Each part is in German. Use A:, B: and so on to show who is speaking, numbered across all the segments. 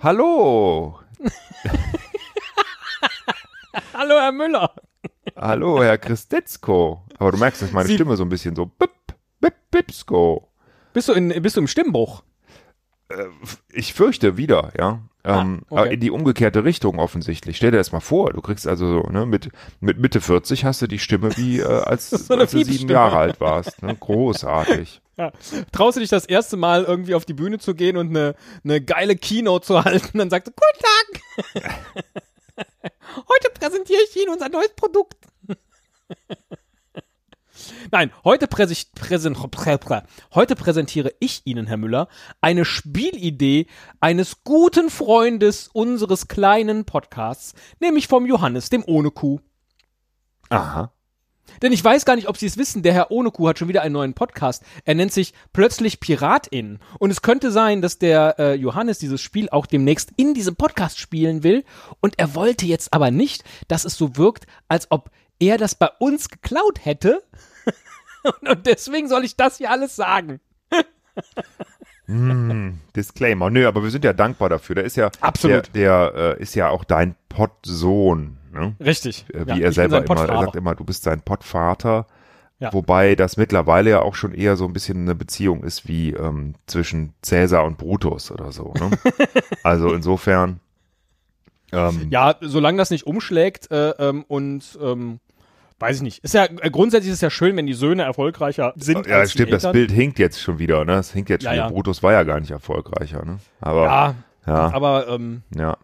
A: Hallo.
B: Hallo, Herr Müller.
A: Hallo, Herr Christetzko. Aber du merkst, dass meine
B: Sie-
A: Stimme so ein bisschen so bip, bip, bipsko.
B: Bist du, in, bist du im Stimmbruch?
A: Ich fürchte wieder, ja. Ähm,
B: Ah, okay.
A: aber In die umgekehrte Richtung offensichtlich. Stell dir das mal vor, du kriegst also so, ne, mit, mit Mitte 40 hast du die Stimme wie äh, als,
B: So eine
A: als du sieben
B: Piepstimme.
A: Jahre alt warst. Ne? Großartig.
B: Ja. Traust du dich das erste Mal irgendwie auf die Bühne zu gehen und eine, eine geile Keynote zu halten? Dann sagst du, guten Tag. heute präsentiere ich Ihnen unser neues Produkt. Nein, heute, präsi- präsen prä prä heute präsentiere ich Ihnen, Herr Müller, eine Spielidee eines guten Freundes unseres kleinen Podcasts, nämlich vom Johannes, dem Ohne Kuh.
A: Aha.
B: Denn ich weiß gar nicht, ob Sie es wissen, der Herr Ohne Kuh hat schon wieder einen neuen Podcast. Er nennt sich plötzlich Piratin. Und es könnte sein, dass der äh, Johannes dieses Spiel auch demnächst in diesem Podcast spielen will. Und er wollte jetzt aber nicht, dass es so wirkt, als ob er das bei uns geklaut hätte. und, und deswegen soll ich das hier alles sagen.
A: Disclaimer. Nö, aber wir sind ja dankbar dafür. Der ist ja,
B: Absolut.
A: der, der äh, ist ja auch dein Pottsohn, ne?
B: Richtig.
A: äh, wie er selber immer, er sagt immer, du bist sein Pottvater.
B: Ja.
A: Wobei das mittlerweile ja auch schon eher so ein bisschen eine Beziehung ist wie ähm, zwischen Cäsar und Brutus oder so. Ne? also insofern. Ähm,
B: Ja, solange das nicht umschlägt äh, ähm, und ähm, weiß ich nicht. Ist ja äh, grundsätzlich ist es ja schön, wenn die Söhne erfolgreicher sind.
A: ja,
B: als die
A: stimmt, das
B: Eltern.
A: Bild hinkt jetzt schon wieder, ne? Das hinkt jetzt
B: Ja,
A: schon wieder.
B: ja.
A: Brutus war ja gar nicht erfolgreicher, ne? Aber
B: Ja,
A: ja,
B: aber ähm,
A: ja.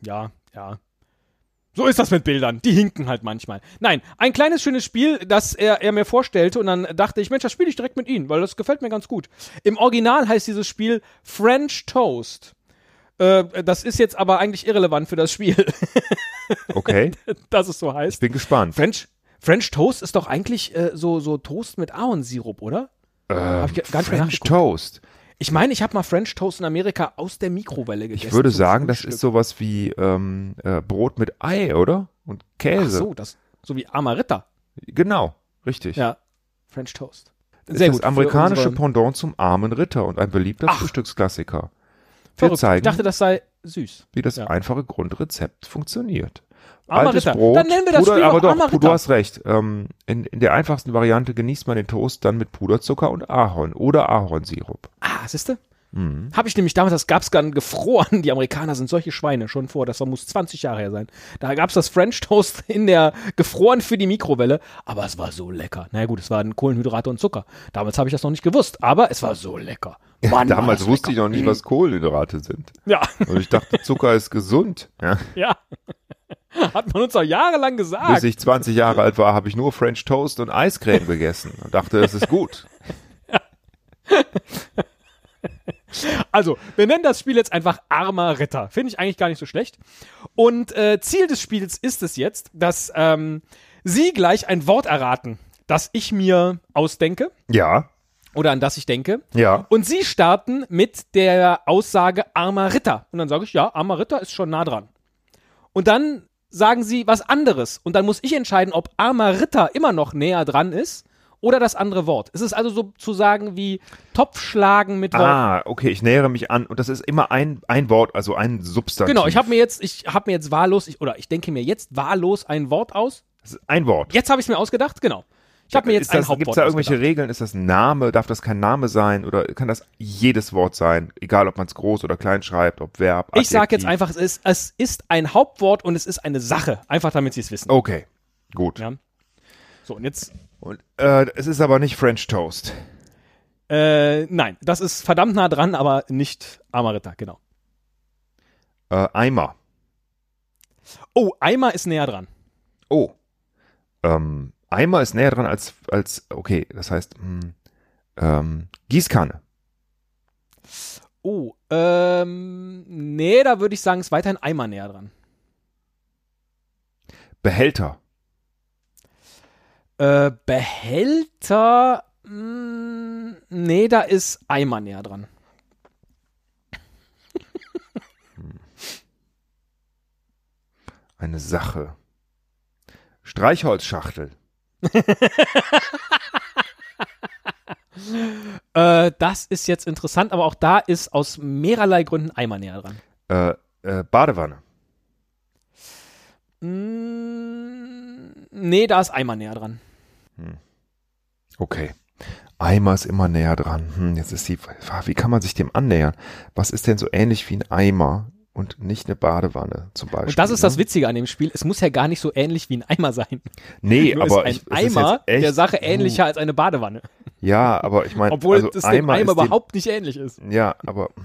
B: ja, ja. So ist das mit Bildern. Die hinken halt manchmal. Nein, ein kleines schönes Spiel, das er, er mir vorstellte und dann dachte ich, Mensch, das spiele ich direkt mit Ihnen, weil das gefällt mir ganz gut. Im Original heißt dieses Spiel French Toast. Äh, das ist jetzt aber eigentlich irrelevant für das Spiel,
A: Okay.
B: dass es so heißt.
A: Bin gespannt.
B: French, French Toast ist doch eigentlich äh, so, so Toast mit Ahornsirup, oder? Hab ich
A: Äh,
B: gar nicht mehr
A: Ähm, French
B: nachgeguckt.
A: Toast.
B: Ich meine, ich habe mal French Toast in Amerika aus der Mikrowelle gegessen.
A: Ich würde
B: zum
A: sagen, das ist
B: Frühstück.
A: sowas wie ähm, äh, Brot mit Ei, oder? Und
B: Ach
A: Käse.
B: so, das, so wie Amaritta.
A: Genau, richtig.
B: Ja. French Toast.
A: Sehr ist das amerikanische
B: für unsere-
A: Pendant zum armen Ritter und ein beliebter
B: Ach.
A: Frühstücksklassiker. Wir
B: Verrückt.
A: zeigen,
B: Ich dachte, das sei süß.
A: wie das
B: ja.
A: einfache Grundrezept funktioniert.
B: Armer
A: Altes
B: Ritter.
A: Brot,
B: Dann nennen wir das
A: Puder,
B: Spiel
A: aber
B: doch
A: doch,
B: Armer
A: du
B: Ritter.
A: hast recht. Ähm, in, in der einfachsten Variante genießt man den Toast dann mit Puderzucker und Ahorn oder Ahornsirup.
B: Ah, siehste?
A: Mhm.
B: Habe ich nämlich damals, das gab's dann gefroren. Die Amerikaner sind solche Schweine schon vor. Das muss 20 Jahre her sein. Da gab's das French Toast in der gefroren für die Mikrowelle. Aber es war so lecker. Na naja, gut, es waren Kohlenhydrate und Zucker. Damals habe ich das noch nicht gewusst, aber es war so lecker. Mann,
A: Damals wusste ich noch nicht, was Kohlenhydrate sind.
B: ich. Ja,
A: Und ich dachte, Zucker ist gesund. Ja.
B: ja. Hat man uns auch jahrelang
A: Bis
B: gesagt.
A: ich 20 Jahre alt war, habe ich nur French Toast und Eiscreme gegessen und dachte, das ist gut.
B: Also, wir nennen das Spiel jetzt einfach Armer Ritter. Finde ich eigentlich gar nicht so schlecht. Und äh, Ziel des Spiels ist es jetzt, dass ähm, Sie gleich ein Wort erraten, das ich mir ausdenke
A: Ja,
B: oder an das ich denke.
A: ja.
B: Und Sie starten mit der Aussage Armer Ritter. Und dann sage ich, ja, Armer Ritter ist schon nah dran. Und dann sagen Sie was anderes. Und dann muss ich entscheiden, ob Armer Ritter immer noch näher dran ist oder das andere Wort. Es ist also sozusagen wie Topfschlagen mit Worten.
A: Ah, okay, ich nähere mich an und das ist immer ein, ein Wort, also ein Substantiv.
B: Genau, ich habe mir jetzt, ich habe mir jetzt wahllos, ich, oder ich denke mir jetzt wahllos ein Wort aus.
A: Das ist ein Wort.
B: Jetzt habe ich es mir ausgedacht, genau. Ich habe mir jetzt
A: ist
B: ein
A: das,
B: Hauptwort
A: Gibt es da irgendwelche
B: ausgedacht.
A: Regeln? Ist das ein Name? Darf das kein Name sein? Oder kann das jedes Wort sein? Egal, ob man es groß oder klein schreibt, ob Verb,
B: Ich sage jetzt
A: Adjektiv.
B: einfach, es ist, es ist ein Hauptwort und es ist eine Sache. Einfach damit Sie es wissen.
A: Okay, gut.
B: Ja. So, und jetzt,
A: Und äh, es ist aber nicht French Toast.
B: äh, nein, das ist verdammt nah dran, aber nicht Amarita, genau.
A: Äh, Eimer.
B: Oh, Eimer ist näher dran.
A: Oh. Ähm, Eimer ist näher dran als, als okay, das heißt hm, ähm, Gießkanne.
B: Oh, ähm, nee, da würde ich sagen, ist weiterhin Eimer näher dran.
A: Behälter.
B: Äh, Behälter. Mh, nee, da ist Eimer näher dran.
A: Eine Sache. Streichholzschachtel.
B: Äh, das ist jetzt interessant, aber auch da ist aus mehrerlei Gründen Eimer näher dran.
A: Äh, äh, Badewanne.
B: Mm, nee, da ist Eimer näher dran.
A: Okay. Eimer ist immer näher dran. Hm, jetzt ist die Frage, wie kann man sich dem annähern? Was ist denn so ähnlich wie ein Eimer und nicht eine Badewanne zum Beispiel?
B: Und das ist
A: ne?
B: das Witzige an dem Spiel. Es muss ja gar nicht so ähnlich wie ein Eimer sein.
A: Nee,
B: Nur
A: aber
B: ist
A: ich,
B: ein
A: es ist
B: Eimer
A: jetzt echt,
B: der Sache ähnlicher als eine Badewanne.
A: Ja, aber ich meine,
B: Obwohl
A: also
B: das dem
A: Eimer
B: Eimer
A: ist dem-
B: überhaupt nicht ähnlich ist.
A: Ja, aber hm.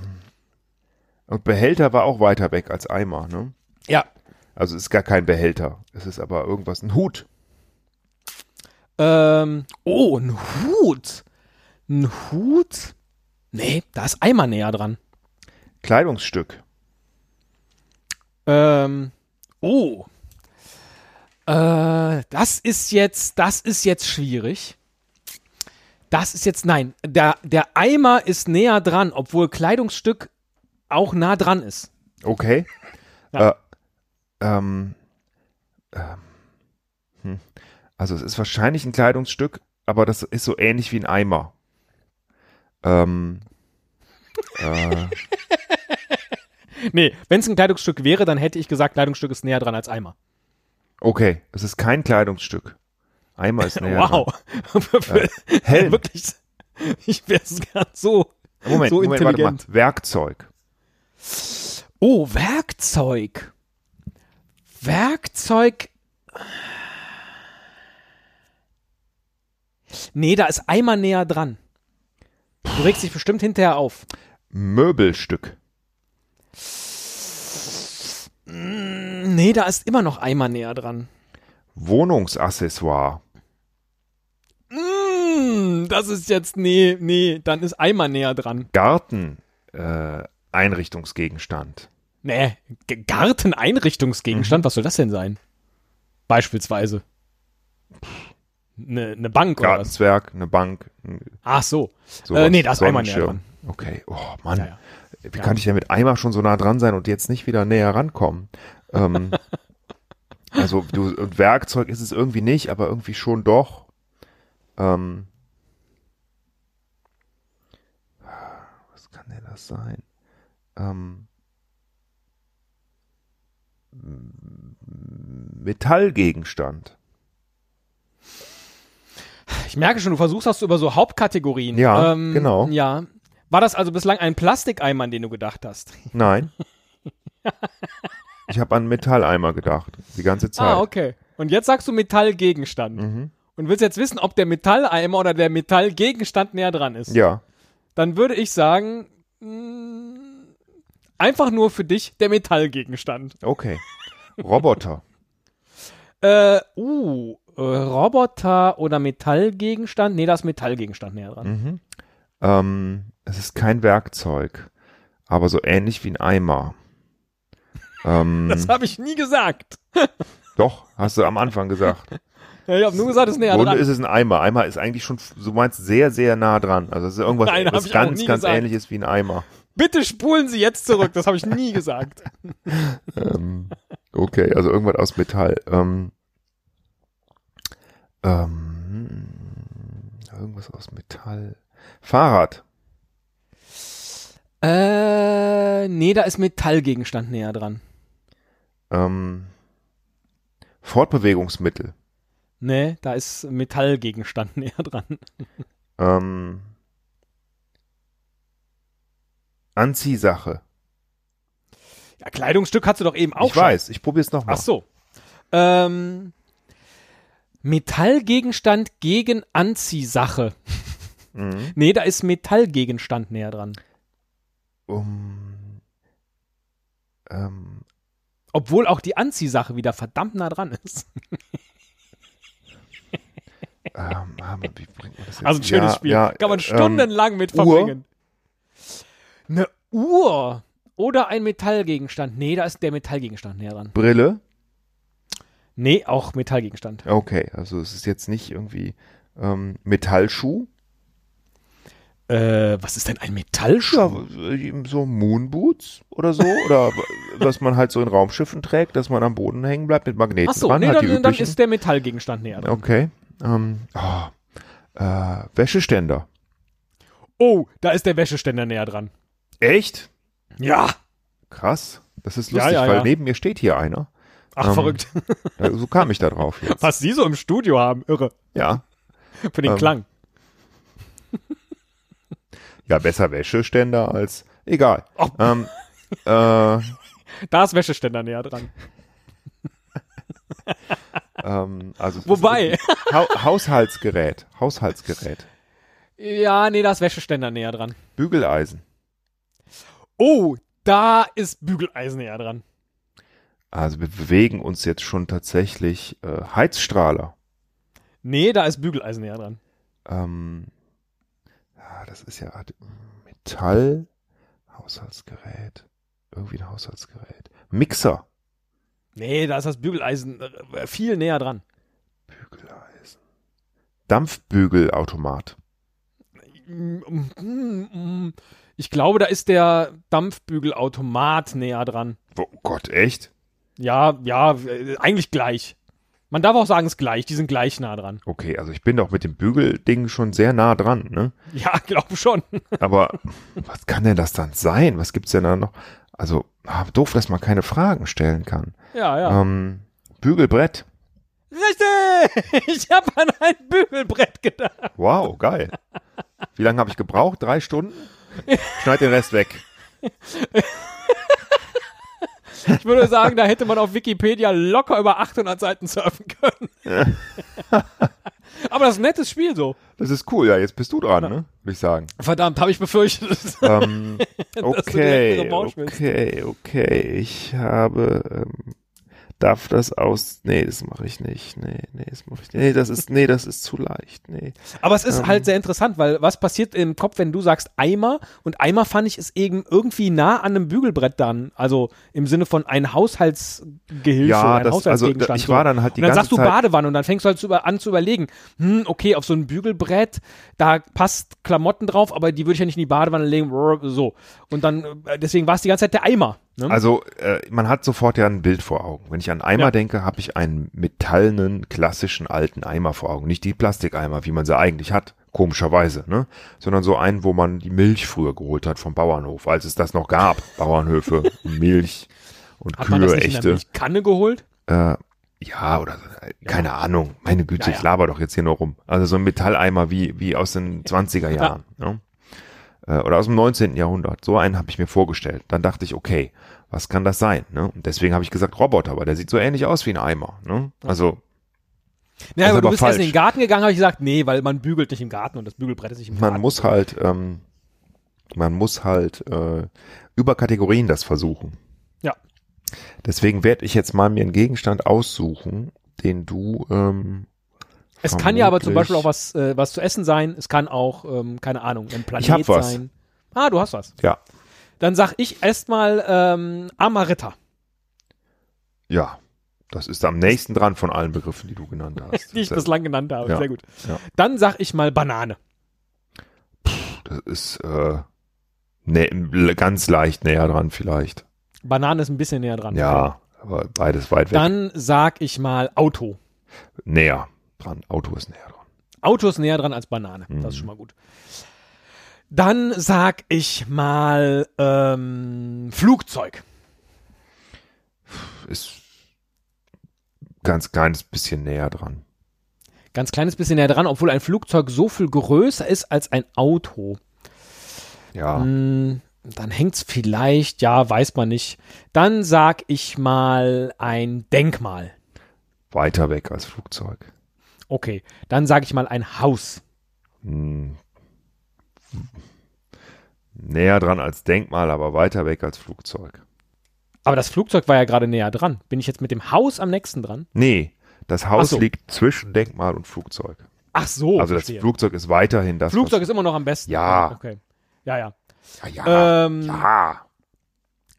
A: und Behälter war auch weiter weg als Eimer, ne?
B: Ja.
A: Also es ist gar kein Behälter. Es ist aber irgendwas, ein Hut.
B: Ähm, oh, ein Hut. Ein Hut? Nee, da ist Eimer näher dran.
A: Kleidungsstück.
B: Ähm, oh. Äh, das ist jetzt, das ist jetzt schwierig. Das ist jetzt, nein, der, der Eimer ist näher dran, obwohl Kleidungsstück auch nah dran ist.
A: Okay.
B: Ja.
A: Äh, ähm, ähm, hm. Also es ist wahrscheinlich ein Kleidungsstück, aber das ist so ähnlich wie ein Eimer. Ähm, äh,
B: Nee, wenn es ein Kleidungsstück wäre, dann hätte ich gesagt, Kleidungsstück ist näher dran als Eimer.
A: okay, es ist kein Kleidungsstück. Eimer ist näher.
B: wow.
A: Dran. Helm.
B: Wirklich. Ich wäre es gar so.
A: Moment,
B: so
A: Moment, warte mal.
B: intelligent.
A: Werkzeug.
B: Oh, Werkzeug. Werkzeug. Nee, da ist Eimer näher dran. Du regst dich bestimmt hinterher auf.
A: Möbelstück.
B: Mm, Nee, da ist immer noch Eimer näher dran.
A: Wohnungsaccessoire.
B: Mm, das ist jetzt, nee, nee, dann ist Eimer näher dran.
A: Garten äh, Einrichtungsgegenstand.
B: Nee, G- Garteneinrichtungsgegenstand, was soll das denn sein? Beispielsweise. Eine ne Bank oder was?
A: Gartenzwerg, eine Bank. n-
B: Ach so.
A: Sowas.
B: Äh, nee, da ist Eimer näher
A: Sonnenschirm. Okay, oh Mann.
B: Ja, ja.
A: Wie
B: Ja.
A: kann ich denn mit Eimer schon so nah dran sein und jetzt nicht wieder näher rankommen? Ähm, also du, und Werkzeug ist es irgendwie nicht, aber irgendwie schon doch. Ähm, was kann denn das sein? Ähm, Metallgegenstand.
B: Ich merke schon, du versuchst das so über so Hauptkategorien. Ähm,
A: Ja, genau.
B: Ja. War das also bislang ein Plastikeimer, an den du gedacht hast?
A: Nein. Ich habe an Metalleimer gedacht, die ganze Zeit.
B: Ah, okay. Und jetzt sagst du Metallgegenstand.
A: Mhm.
B: Und willst jetzt wissen, ob der Metalleimer oder der Metallgegenstand näher dran ist.
A: Ja,
B: Dann würde ich sagen, mh, einfach nur für dich der Metallgegenstand.
A: okay. Roboter.
B: Äh, uh, äh, Roboter oder Metallgegenstand? Nee, da ist Metallgegenstand näher dran.
A: Mhm. Ähm, es ist kein Werkzeug, aber so ähnlich wie ein Eimer. Ähm,
B: Das habe ich nie gesagt.
A: doch, hast du am Anfang gesagt.
B: Ich habe nur gesagt, es ist näher
A: Im Grunde
B: dran.
A: ist es ein Eimer. Eimer ist eigentlich schon, so meinst du, sehr, sehr nah dran. Also es ist irgendwas,
B: Nein, hab
A: was
B: ich auch
A: ganz,
B: nie
A: ganz
B: gesagt.
A: ähnliches wie ein Eimer.
B: Bitte spulen Sie jetzt zurück. Das habe ich nie gesagt.
A: Ähm, okay, also irgendwas aus Metall. Ähm, ähm, irgendwas aus Metall. Fahrrad.
B: Äh, nee, da ist Metallgegenstand näher dran.
A: Ähm, Fortbewegungsmittel.
B: Nee, da ist Metallgegenstand näher dran.
A: Ähm, Anziehsache.
B: Ja, Kleidungsstück hast du doch eben auch
A: ich
B: schon.
A: weiß, ich probiere es nochmal.
B: Ach so. Ähm, Metallgegenstand gegen Anziehsache.
A: Mhm.
B: Nee, da ist Metallgegenstand näher dran.
A: Um, ähm,
B: Obwohl auch die Anziehsache wieder verdammt nah dran ist.
A: ähm, ah, wie bringt man das jetzt?
B: Also ein schönes
A: ja,
B: Spiel.
A: Ja,
B: Kann man
A: ähm,
B: stundenlang mit
A: Uhr?
B: verbringen. Eine Uhr oder ein Metallgegenstand. Nee, da ist der Metallgegenstand näher dran.
A: Brille,
B: Nee, auch Metallgegenstand.
A: Okay, also es ist jetzt nicht irgendwie ähm, Metallschuh,
B: Äh, was ist denn ein Metallschuh?
A: ja, so Moonboots oder so, oder was man halt so in Raumschiffen trägt, dass man am Boden hängen bleibt mit Magneten
B: Ach so,
A: dran,
B: nee,
A: hat die
B: dann, dann
A: üblichen.
B: ist der Metallgegenstand näher dran.
A: Okay. Ähm, oh, äh, Wäscheständer.
B: Oh, da ist der Wäscheständer näher dran.
A: Echt?
B: Ja.
A: Krass. Das ist
B: Ja,
A: lustig,
B: ja,
A: weil
B: ja.
A: neben mir steht hier einer.
B: Ach,
A: Ähm,
B: verrückt.
A: Da, so kam ich da drauf jetzt.
B: Was die so im Studio haben, irre.
A: Ja.
B: Für den
A: Ähm,
B: Klang.
A: Ja, besser Wäscheständer als. Egal.
B: Oh.
A: Ähm, äh,
B: Da ist Wäscheständer näher dran.
A: ähm, also es ist
B: Wobei.
A: irgendwie Ha Haushaltsgerät. Haushaltsgerät.
B: Ja, nee, da ist Wäscheständer näher dran.
A: Bügeleisen.
B: Oh, da ist Bügeleisen näher dran.
A: Also wir bewegen uns jetzt schon tatsächlich äh, Heizstrahler.
B: Nee, da ist Bügeleisen näher dran.
A: Ähm, ja, das ist ja Art- Metall, Haushaltsgerät, irgendwie ein Haushaltsgerät. Mixer,
B: Nee, da ist das Bügeleisen äh, viel näher dran.
A: Bügeleisen, Dampfbügelautomat.
B: Mm, Ich glaube, da ist der Dampfbügelautomat näher dran.
A: Oh Gott, echt?
B: Ja, ja, äh, eigentlich gleich. Man darf auch sagen, es ist gleich. Die sind gleich nah dran.
A: Okay, also ich bin doch mit dem Bügelding schon sehr nah dran, ne?
B: Ja, glaub schon.
A: Aber was kann denn das dann sein? Was gibt's denn da noch? Also, ah, doof, dass man keine Fragen stellen kann.
B: Ja, ja.
A: Ähm, Bügelbrett.
B: Richtig! Ich habe an ein Bügelbrett gedacht.
A: Wow, geil. Wie lange habe ich gebraucht? Drei Stunden? Schneid den Rest weg.
B: Ich würde sagen, da hätte man auf Wikipedia locker über 800 Seiten surfen können. Aber das ist ein nettes Spiel so.
A: Das ist cool, ja, jetzt bist du dran, ne? Würde ich sagen.
B: Verdammt, habe ich befürchtet.
A: Ähm,
B: direkt in
A: okay,
B: den Bauch schmilzt.
A: okay, okay. Ich habe. Ähm, darf das aus. Nee, das mache ich nicht. Nee, nee, das mache ich nicht. Nee, das ist, nee, das ist zu leicht. Nee.
B: Aber es ist
A: Ähm.
B: halt sehr interessant, weil was passiert im Kopf, wenn du sagst Eimer? Und Eimer fand ich ist eben irgendwie nah an einem Bügelbrett dann. Also im Sinne von ein Haushaltsgehilfe,
A: Ja,
B: ein
A: das, also
B: Haushaltsgegenstand.
A: da, ich war
B: so.
A: dann halt die
B: und dann
A: ganze
B: sagst du
A: Zeit.
B: Badewanne und dann fängst du halt zu über, an zu überlegen, hm, okay, auf so ein Bügelbrett, da passt Klamotten drauf, aber die würde ich ja nicht in die Badewanne legen, brr, so. Und dann, äh, deswegen war es die ganze Zeit der Eimer. Ne?
A: also äh, man hat sofort ja ein Bild vor Augen. Wenn ich an Eimer
B: Ja.
A: denke, habe ich einen metallenen, klassischen alten Eimer vor Augen. Nicht die Plastikeimer, wie man sie eigentlich hat, komischerweise, ne? Sondern so einen, wo man die Milch früher geholt hat vom Bauernhof, als es das noch gab. Bauernhöfe, Milch und
B: Hat
A: Kühe,
B: man das nicht in
A: echte.
B: der Milchkanne geholt?
A: Äh, ja, oder so, äh, keine Ahnung. Meine Güte,
B: Ja, ja.
A: ich laber doch jetzt hier nur rum. Also so ein Metalleimer wie, wie aus den 20er Jahren. Ne? Äh, Oder aus dem 19. Jahrhundert. So einen habe ich mir vorgestellt. Dann dachte ich, okay, was kann das sein? Ne? Und deswegen habe ich gesagt Roboter, aber der sieht so ähnlich aus wie ein Eimer. Ne? Also,
B: Ja,
A: Ist
B: aber du
A: aber
B: bist erst in
A: falsch.
B: den Garten gegangen, habe ich gesagt, nee, weil man bügelt nicht im Garten und das Bügelbrett ist nicht im
A: man
B: Garten.
A: muss halt, ähm, man muss halt äh, über Kategorien das versuchen.
B: Ja.
A: Deswegen werde ich jetzt mal mir einen Gegenstand aussuchen, den du ähm,
B: Es kann ja aber zum
A: Vermutlich.
B: Beispiel auch was, äh, was zu essen sein. Es kann auch, ähm, keine Ahnung, ein Planet
A: Ich hab was.
B: sein. Ah, du hast was.
A: Ja.
B: Dann sag ich erstmal ähm, Amaretta.
A: Ja, das ist am nächsten dran von allen Begriffen, die du genannt hast.
B: die ich
A: das,
B: bislang genannt habe.
A: Ja.
B: Sehr gut.
A: Ja.
B: Dann sag ich mal Banane.
A: das ist äh, ne, ganz leicht näher dran vielleicht.
B: Banane ist ein bisschen näher dran.
A: Ja, aber beides weit weg.
B: Dann sag ich mal Auto.
A: näher dran. Auto ist näher dran.
B: Auto ist näher dran als Banane.
A: Mhm.
B: Das ist schon mal gut. Dann sag ich mal ähm, Flugzeug.
A: Ist ganz kleines bisschen näher dran.
B: Ganz kleines bisschen näher dran, obwohl ein Flugzeug so viel größer ist als ein Auto.
A: Ja,
B: Mm, Dann hängt's vielleicht, ja, weiß man nicht. Dann sag ich mal ein Denkmal.
A: weiter weg als Flugzeug.
B: Okay, dann sag ich mal ein Haus.
A: Hm. Näher dran als Denkmal, aber weiter weg als Flugzeug.
B: Aber das Flugzeug war ja gerade näher dran. Bin ich jetzt mit dem Haus am nächsten dran?
A: Nee, das Haus
B: so.
A: liegt zwischen Denkmal und Flugzeug.
B: Ach so.
A: also das
B: verstehe.
A: Flugzeug ist weiterhin das. was-
B: Flugzeug ist immer noch am besten. Ah,
A: Ja.
B: Okay. Ja, ja.
A: Ja, ja.
B: ähm,
A: ja.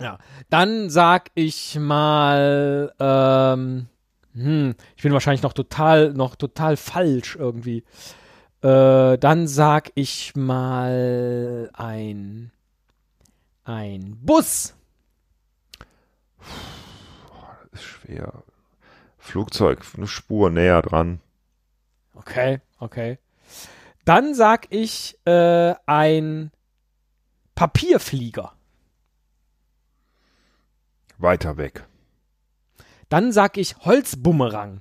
B: ja. Dann sag ich mal ähm, Hm, ich bin wahrscheinlich noch total, noch total falsch irgendwie. Äh, dann sag ich mal ein, ein Bus.
A: Ist schwer. Flugzeug, eine Spur näher dran.
B: Okay, okay. Dann sag ich äh, ein Papierflieger.
A: Weiter weg.
B: Dann sag ich Holzbumerang.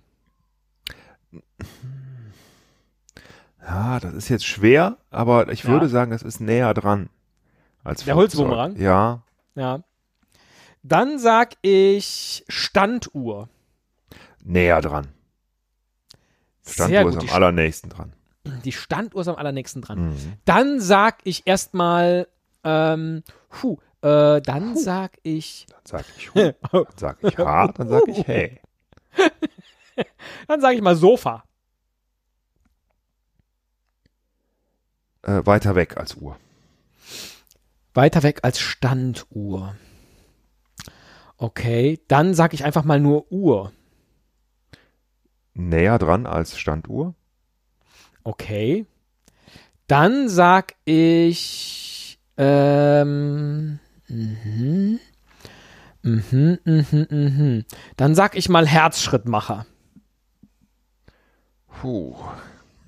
A: Ja, das ist jetzt schwer, aber ich
B: Ja.
A: würde sagen, das ist näher dran. Als
B: Der
A: Flugzeug.
B: Holzbumerang?
A: Ja.
B: Ja. Dann sag ich Standuhr.
A: Näher dran. Standuhr ist
B: Die,
A: am allernächsten dran.
B: die Standuhr ist am allernächsten dran.
A: Mhm.
B: Dann sag ich erstmal, ähm, puh, äh, dann sag ich,
A: Dann sag ich Hu, dann sag ich Ha, dann sag ich Hey.
B: dann sag ich mal Sofa.
A: Äh, weiter weg als Uhr.
B: Weiter weg als Standuhr. Okay, dann sag ich einfach mal nur Uhr.
A: Näher dran als Standuhr.
B: Okay. Dann sag ich, ähm, mhm, mhm, mhm, mhm. Dann sag ich mal Herzschrittmacher.
A: Puh,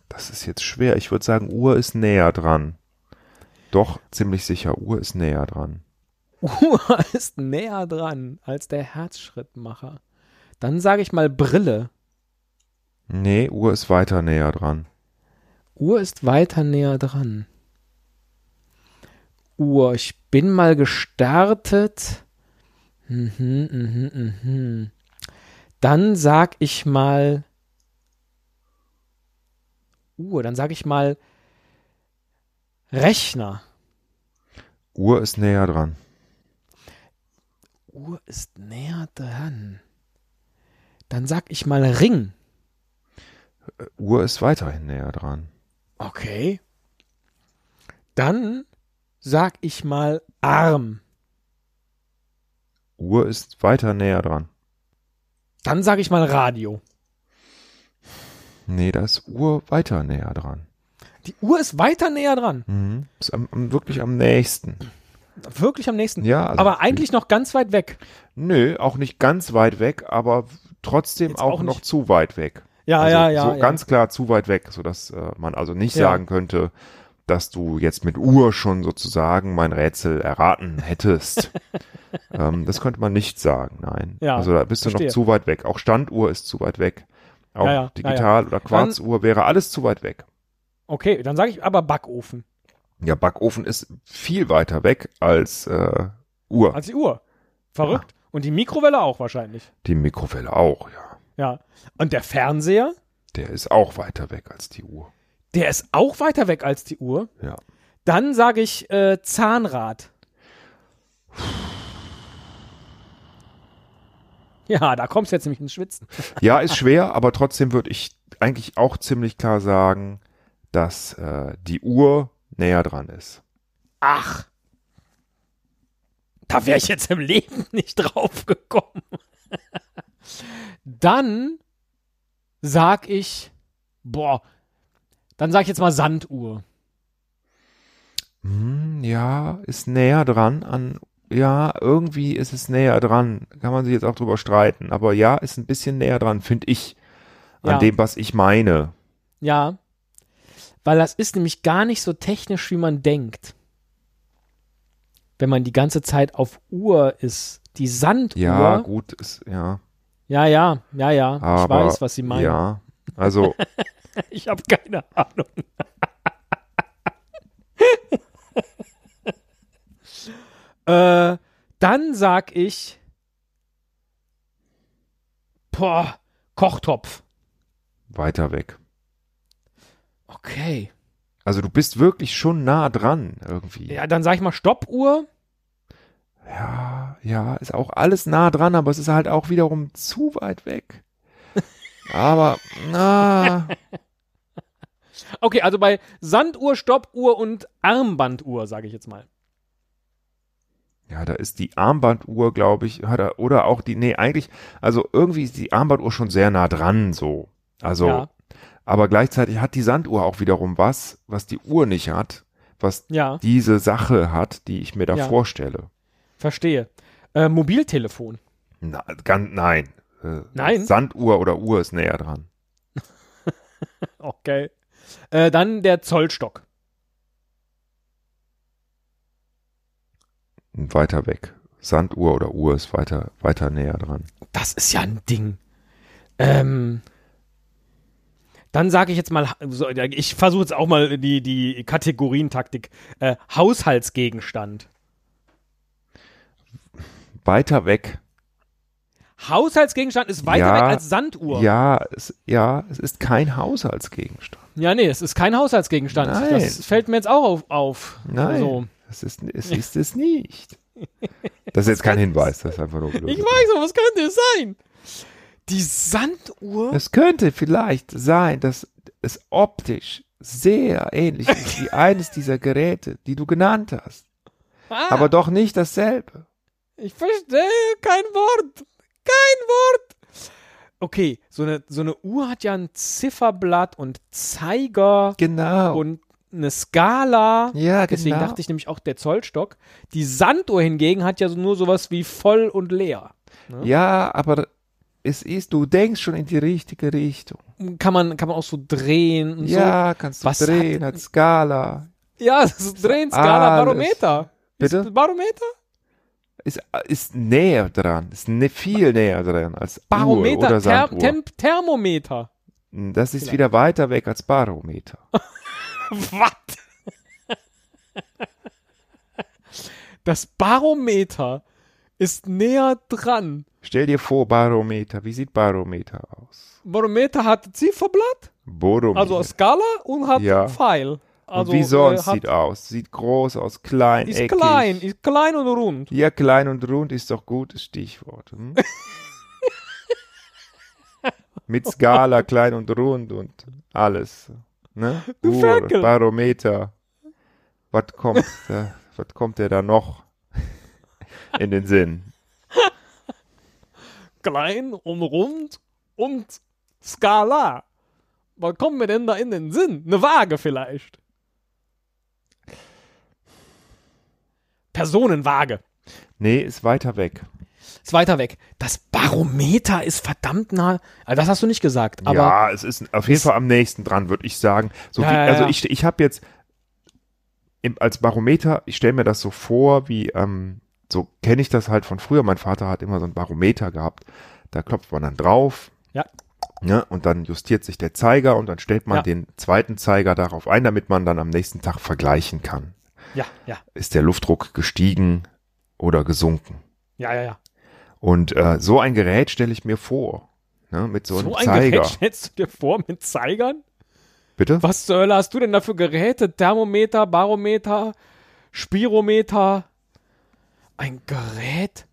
A: das ist jetzt schwer. Ich würde sagen, Uhr ist näher dran. Doch, ziemlich sicher, Uhr ist näher dran.
B: Uhr ist näher dran als der Herzschrittmacher. Dann sage ich mal Brille.
A: Nee, Uhr ist weiter näher dran.
B: Uhr ist weiter näher dran. Uhr, ich bin mal gestartet. Mhm, mhm, mhm. Dann sag ich mal Uhr, dann sag ich mal Rechner.
A: Uhr ist näher dran.
B: Uhr ist näher dran. Dann sag ich mal Ring.
A: Uhr ist weiterhin näher dran.
B: Okay. Dann sag ich mal Arm.
A: Uhr ist weiter näher dran.
B: Dann sag ich mal Radio.
A: Nee, da ist Uhr weiter näher dran.
B: Die Uhr ist weiter näher dran.
A: Mhm. Ist am, am, wirklich am nächsten.
B: Wirklich am nächsten.
A: Ja, also-
B: aber eigentlich noch ganz weit weg.
A: Nö, auch nicht ganz weit weg, aber trotzdem
B: Jetzt
A: auch,
B: auch
A: noch
B: nicht-
A: zu weit weg.
B: Ja,
A: also
B: Ah, ja, ja.
A: So
B: ja.
A: ganz klar zu weit weg, sodass äh, man also nicht
B: Ja.
A: sagen könnte, dass du jetzt mit Uhr schon sozusagen mein Rätsel erraten hättest. ähm, das könnte man nicht sagen, nein.
B: Ja,
A: also da bist du
B: verstehe.
A: noch zu weit weg. Auch Standuhr ist zu weit weg. Auch
B: Ja, ja, ja,
A: digital oder Quarzuhr wäre alles zu weit weg.
B: okay, dann sag ich aber Backofen.
A: Ja, Backofen ist viel weiter weg als äh, Uhr.
B: Als die Uhr. Verrückt. Und die Mikrowelle auch wahrscheinlich.
A: Die Mikrowelle auch, ja.
B: Ja. Und der Fernseher,
A: Der ist auch weiter weg als die Uhr.
B: der ist auch weiter weg als die Uhr.
A: Ja.
B: Dann sage ich äh, Zahnrad. Ja, da kommst du jetzt nämlich ins Schwitzen.
A: Ja, ist schwer, aber trotzdem würde ich eigentlich auch ziemlich klar sagen, dass äh, die Uhr näher dran ist.
B: Ach. Da wäre ich jetzt im Leben nicht drauf gekommen. Dann sag ich, boah, dann sag ich jetzt mal Sanduhr.
A: Hm, ja, ist näher dran an. Ja, irgendwie ist es näher dran. Kann man sich jetzt auch drüber streiten. Aber ja, ist ein bisschen näher dran, finde ich. An
B: Ja.
A: dem, was ich meine.
B: Ja. Weil das ist nämlich gar nicht so technisch, wie man denkt. Wenn man die ganze Zeit auf Uhr ist. Die Sanduhr.
A: Ja, gut, ist, ja.
B: ja, ja, ja, ja. ich
A: Aber,
B: weiß, was Sie meinen.
A: Ja. Also,
B: Ich habe keine Ahnung. äh, dann sag ich. Boah, Kochtopf.
A: weiter weg.
B: Okay.
A: Also, du bist wirklich schon nah dran irgendwie.
B: Ja, dann sag ich mal Stoppuhr.
A: Ja, ja, ist auch alles nah dran, aber es ist halt auch wiederum zu weit weg. Aber, na,
B: Okay, also bei Sanduhr, Stoppuhr und Armbanduhr, sage ich jetzt mal.
A: Ja, da ist die Armbanduhr, glaube ich, hat er, oder auch die, nee, eigentlich, also irgendwie ist die Armbanduhr schon sehr nah dran, so. Also,
B: Ja.
A: aber gleichzeitig hat die Sanduhr auch wiederum was, was die Uhr nicht hat, was
B: Ja,
A: diese Sache hat, die ich mir da
B: Ja.
A: vorstelle.
B: verstehe. Äh, Mobiltelefon.
A: Na, ganz, nein. Äh,
B: Nein?
A: Sanduhr oder Uhr ist näher dran.
B: Okay. Äh, dann der Zollstock.
A: Weiter weg. Sanduhr oder Uhr ist weiter, weiter näher dran.
B: Das ist ja ein Ding. Ähm, dann sage ich jetzt mal, so, ich versuche jetzt auch mal die, die Kategorientaktik. Äh, Haushaltsgegenstand.
A: Weiter weg.
B: Haushaltsgegenstand ist weiter
A: Ja.
B: weg als Sanduhr.
A: Ja, es, ja, es ist kein Haushaltsgegenstand.
B: Ja, nee, es ist kein Haushaltsgegenstand.
A: Nein.
B: Das fällt mir jetzt auch auf. auf.
A: Nein,
B: So.
A: es, ist, es ist es nicht. Das ist jetzt kein Hinweis, das ist einfach nur blöd.
B: Ich weiß, aber was könnte es sein? Die Sanduhr?
A: Es könnte vielleicht sein, dass es optisch sehr ähnlich ist wie eines dieser Geräte, die du genannt hast,
B: Ah,
A: aber doch nicht dasselbe.
B: ich verstehe kein Wort. Kein Wort. Okay, so eine, so eine Uhr hat ja ein Zifferblatt und Zeiger
A: Genau.
B: und eine Skala.
A: ja,
B: Deswegen
A: genau.
B: dachte ich nämlich auch der Zollstock. Die Sanduhr hingegen hat ja so nur sowas wie voll und leer. ne?
A: ja, aber es ist, du denkst schon in die richtige Richtung.
B: Kann man, kann man auch so drehen und so.
A: Ja, kannst du
B: Was
A: drehen, hat Skala.
B: Ja, das ist
A: Alles.
B: Drehenskala, Barometer.
A: Ah, Bitte?
B: Ist Barometer?
A: Ist, ist näher dran, ist ne, viel näher dran als Uhr
B: Barometer,
A: oder
B: Ther
A: Sanduhr. Hm,
B: Temp Genau. Thermometer.
A: Das ist
B: Vielleicht.
A: wieder weiter weg als Barometer.
B: Was? Das Barometer ist näher dran.
A: Stell dir vor, Barometer. Wie sieht Barometer aus?
B: Barometer hat Zifferblatt,
A: Borometer.
B: also Skala und hat
A: Ja.
B: Pfeil. Also,
A: und wie sonst
B: äh, hat,
A: sieht aus? Sieht groß aus, klein,
B: Ist
A: eckig.
B: klein, ist klein und rund.
A: ja, klein und rund ist doch gutes Stichwort. Hm? Mit Skala, klein und rund und alles. Ne?
B: Du Ferkel.
A: Barometer. Was kommt, da, was kommt dir da noch in den Sinn?
B: Klein und rund und Skala. Was kommt mir denn da in den Sinn? Eine Waage vielleicht. Personenwaage.
A: Nee, ist weiter weg.
B: Ist weiter weg. Das Barometer ist verdammt nah. Also das hast du nicht gesagt, aber
A: ja, es ist auf jeden Fall am nächsten dran, würde ich sagen. So
B: Ja,
A: viel,
B: ja,
A: also
B: ja.
A: ich, ich habe jetzt im, als Barometer, ich stelle mir das so vor, wie, ähm, so kenne ich das halt von früher. Mein Vater hat immer so ein Barometer gehabt. Da klopft man dann drauf.
B: Ja.
A: Ne, und dann justiert sich der Zeiger und dann stellt man
B: Ja.
A: den zweiten Zeiger darauf ein, damit man dann am nächsten Tag vergleichen kann.
B: ja, ja,
A: Ist der Luftdruck gestiegen oder gesunken?
B: ja, ja, ja.
A: Und äh, so ein Gerät stelle ich mir vor. Ne, mit so, einem
B: ein
A: Zeiger.
B: Gerät stellst du dir vor mit Zeigern?
A: Bitte?
B: Was zur Hölle hast du denn da für Geräte? Thermometer, Barometer, Spirometer. Ein Gerät?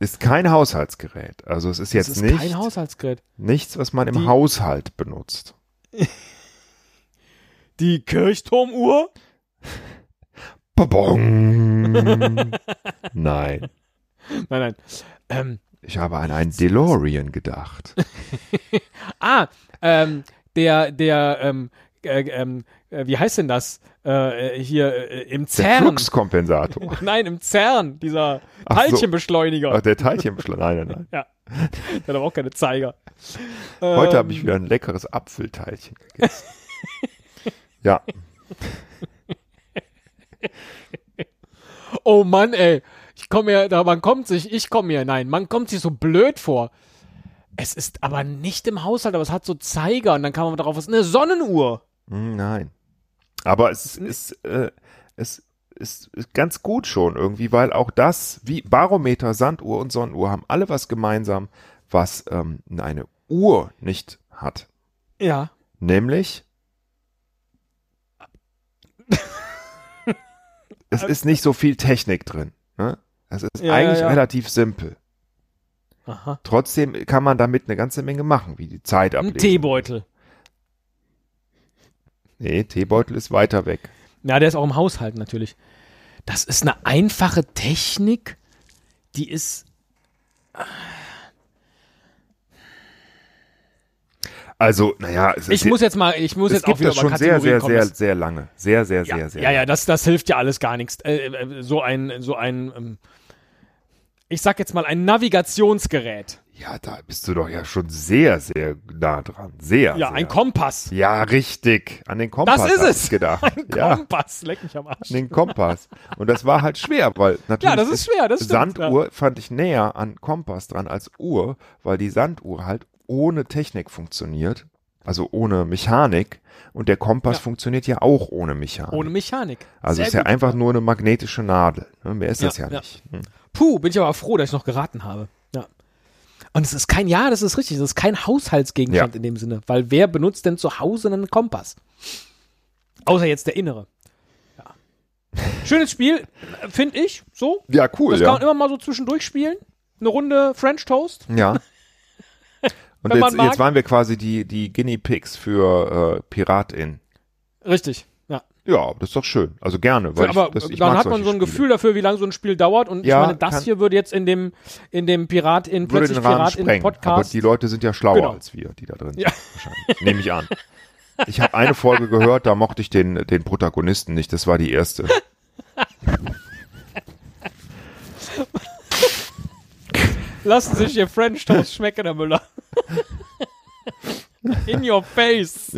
A: ist kein Haushaltsgerät. Also es ist jetzt
B: das ist
A: nicht
B: kein Haushaltsgerät.
A: nichts, was man im
B: Die-
A: Haushalt benutzt.
B: Die Kirchturmuhr?
A: Babong. Nein,
B: Nein, nein. Ähm,
A: ich habe an einen DeLorean gedacht.
B: ah, ähm, der, der, ähm, äh, ähm, äh, wie heißt denn das? Äh, äh, hier äh, im
A: Der
B: CERN.
A: Fluxkompensator.
B: Nein, im CERN, dieser
A: Ach so.
B: Teilchenbeschleuniger.
A: Ach, der Teilchenbeschleuniger. Nein, nein, nein.
B: Ja. Der hat aber auch keine Zeiger.
A: Heute
B: Ähm,
A: habe ich wieder ein leckeres Apfelteilchen gegessen. ja,
B: Oh Mann, ey. Ich komme mir, da man kommt sich, ich komme mir, nein, man kommt sich so blöd vor. Es ist aber nicht im Haushalt, aber es hat so Zeiger und dann kann man darauf was. Eine Sonnenuhr.
A: Hm, nein. Aber es ist, äh, es ist, ist ganz gut schon irgendwie, weil auch das, wie Barometer, Sanduhr und Sonnenuhr, haben alle was gemeinsam, was ähm, eine Uhr nicht hat.
B: Ja.
A: Nämlich. es ist nicht so viel Technik drin. Ne? Es ist
B: Ja,
A: eigentlich
B: ja, ja.
A: relativ simpel.
B: Aha.
A: Trotzdem kann man damit eine ganze Menge machen, wie die Zeit
B: Ein
A: ablesen.
B: Teebeutel.
A: Nee, Teebeutel ist weiter weg.
B: Ja, der ist auch im Haushalt natürlich. Das ist eine einfache Technik, die ist.
A: Also, naja, es,
B: Ich
A: es,
B: muss jetzt mal, ich muss
A: es
B: jetzt auch
A: gibt
B: wieder
A: das schon sehr, sehr,
B: kommen.
A: sehr, sehr lange. Sehr, sehr,
B: ja,
A: sehr, sehr.
B: ja,
A: lange.
B: ja, das, das hilft ja alles gar nichts. Äh, äh, so ein, so ein, ähm, ich sag jetzt mal ein Navigationsgerät.
A: ja, da bist du doch ja schon sehr, sehr nah dran. Sehr.
B: Ja,
A: sehr.
B: ein Kompass.
A: Ja, richtig. An den Kompass.
B: Das ist
A: hab
B: es.
A: ich Gedacht.
B: Ein
A: ja, an
B: Kompass, leck mich am Arsch.
A: den Kompass. Und das war halt schwer, weil natürlich.
B: Ja, das ist schwer, das stimmt,
A: Sanduhr fand ich näher an Kompass dran als Uhr, weil die Sanduhr halt ohne Technik funktioniert. Also ohne Mechanik. Und der Kompass
B: Ja.
A: funktioniert ja auch ohne Mechanik.
B: Ohne Mechanik.
A: also
B: Sehr
A: ist ja
B: gut.
A: einfach nur eine magnetische Nadel. ne? Mehr ist
B: Ja,
A: das ja,
B: ja.
A: nicht. Hm.
B: Puh, bin ich aber froh, dass ich noch geraten habe. Ja. Und es ist kein, ja, das ist richtig, es ist kein Haushaltsgegenstand
A: Ja.
B: in dem Sinne, weil wer benutzt denn zu Hause einen Kompass? Außer jetzt der innere. Ja. Schönes Spiel, finde ich, so.
A: Ja, cool.
B: Das
A: ja.
B: kann man immer mal so zwischendurch spielen. Eine Runde French Toast.
A: Ja. Und
B: Wenn man
A: jetzt,
B: mag.
A: jetzt waren wir quasi die, die Guinea Pigs für äh, Piratin.
B: Richtig, ja.
A: Ja, das ist doch schön. Also gerne, weil
B: aber
A: ich, das, ich
B: dann
A: mag
B: hat man
A: solche
B: so ein
A: Spiele.
B: Gefühl dafür, wie lange so ein Spiel dauert. Und
A: Ja,
B: ich meine, das
A: kann-
B: hier würde jetzt in dem, in dem Pirat in
A: Würde
B: plötzlich
A: den Rahmen
B: Pirat in
A: sprengen. Aber
B: Podcast.
A: die Leute sind ja schlauer
B: Genau.
A: als wir, die da drin
B: Ja.
A: sind. Wahrscheinlich. Nehme ich an. Ich habe eine Folge gehört, da mochte ich den, den Protagonisten nicht. Das war die erste.
B: Lassen sich ihr French Toast schmecken, Herr Müller. in your face.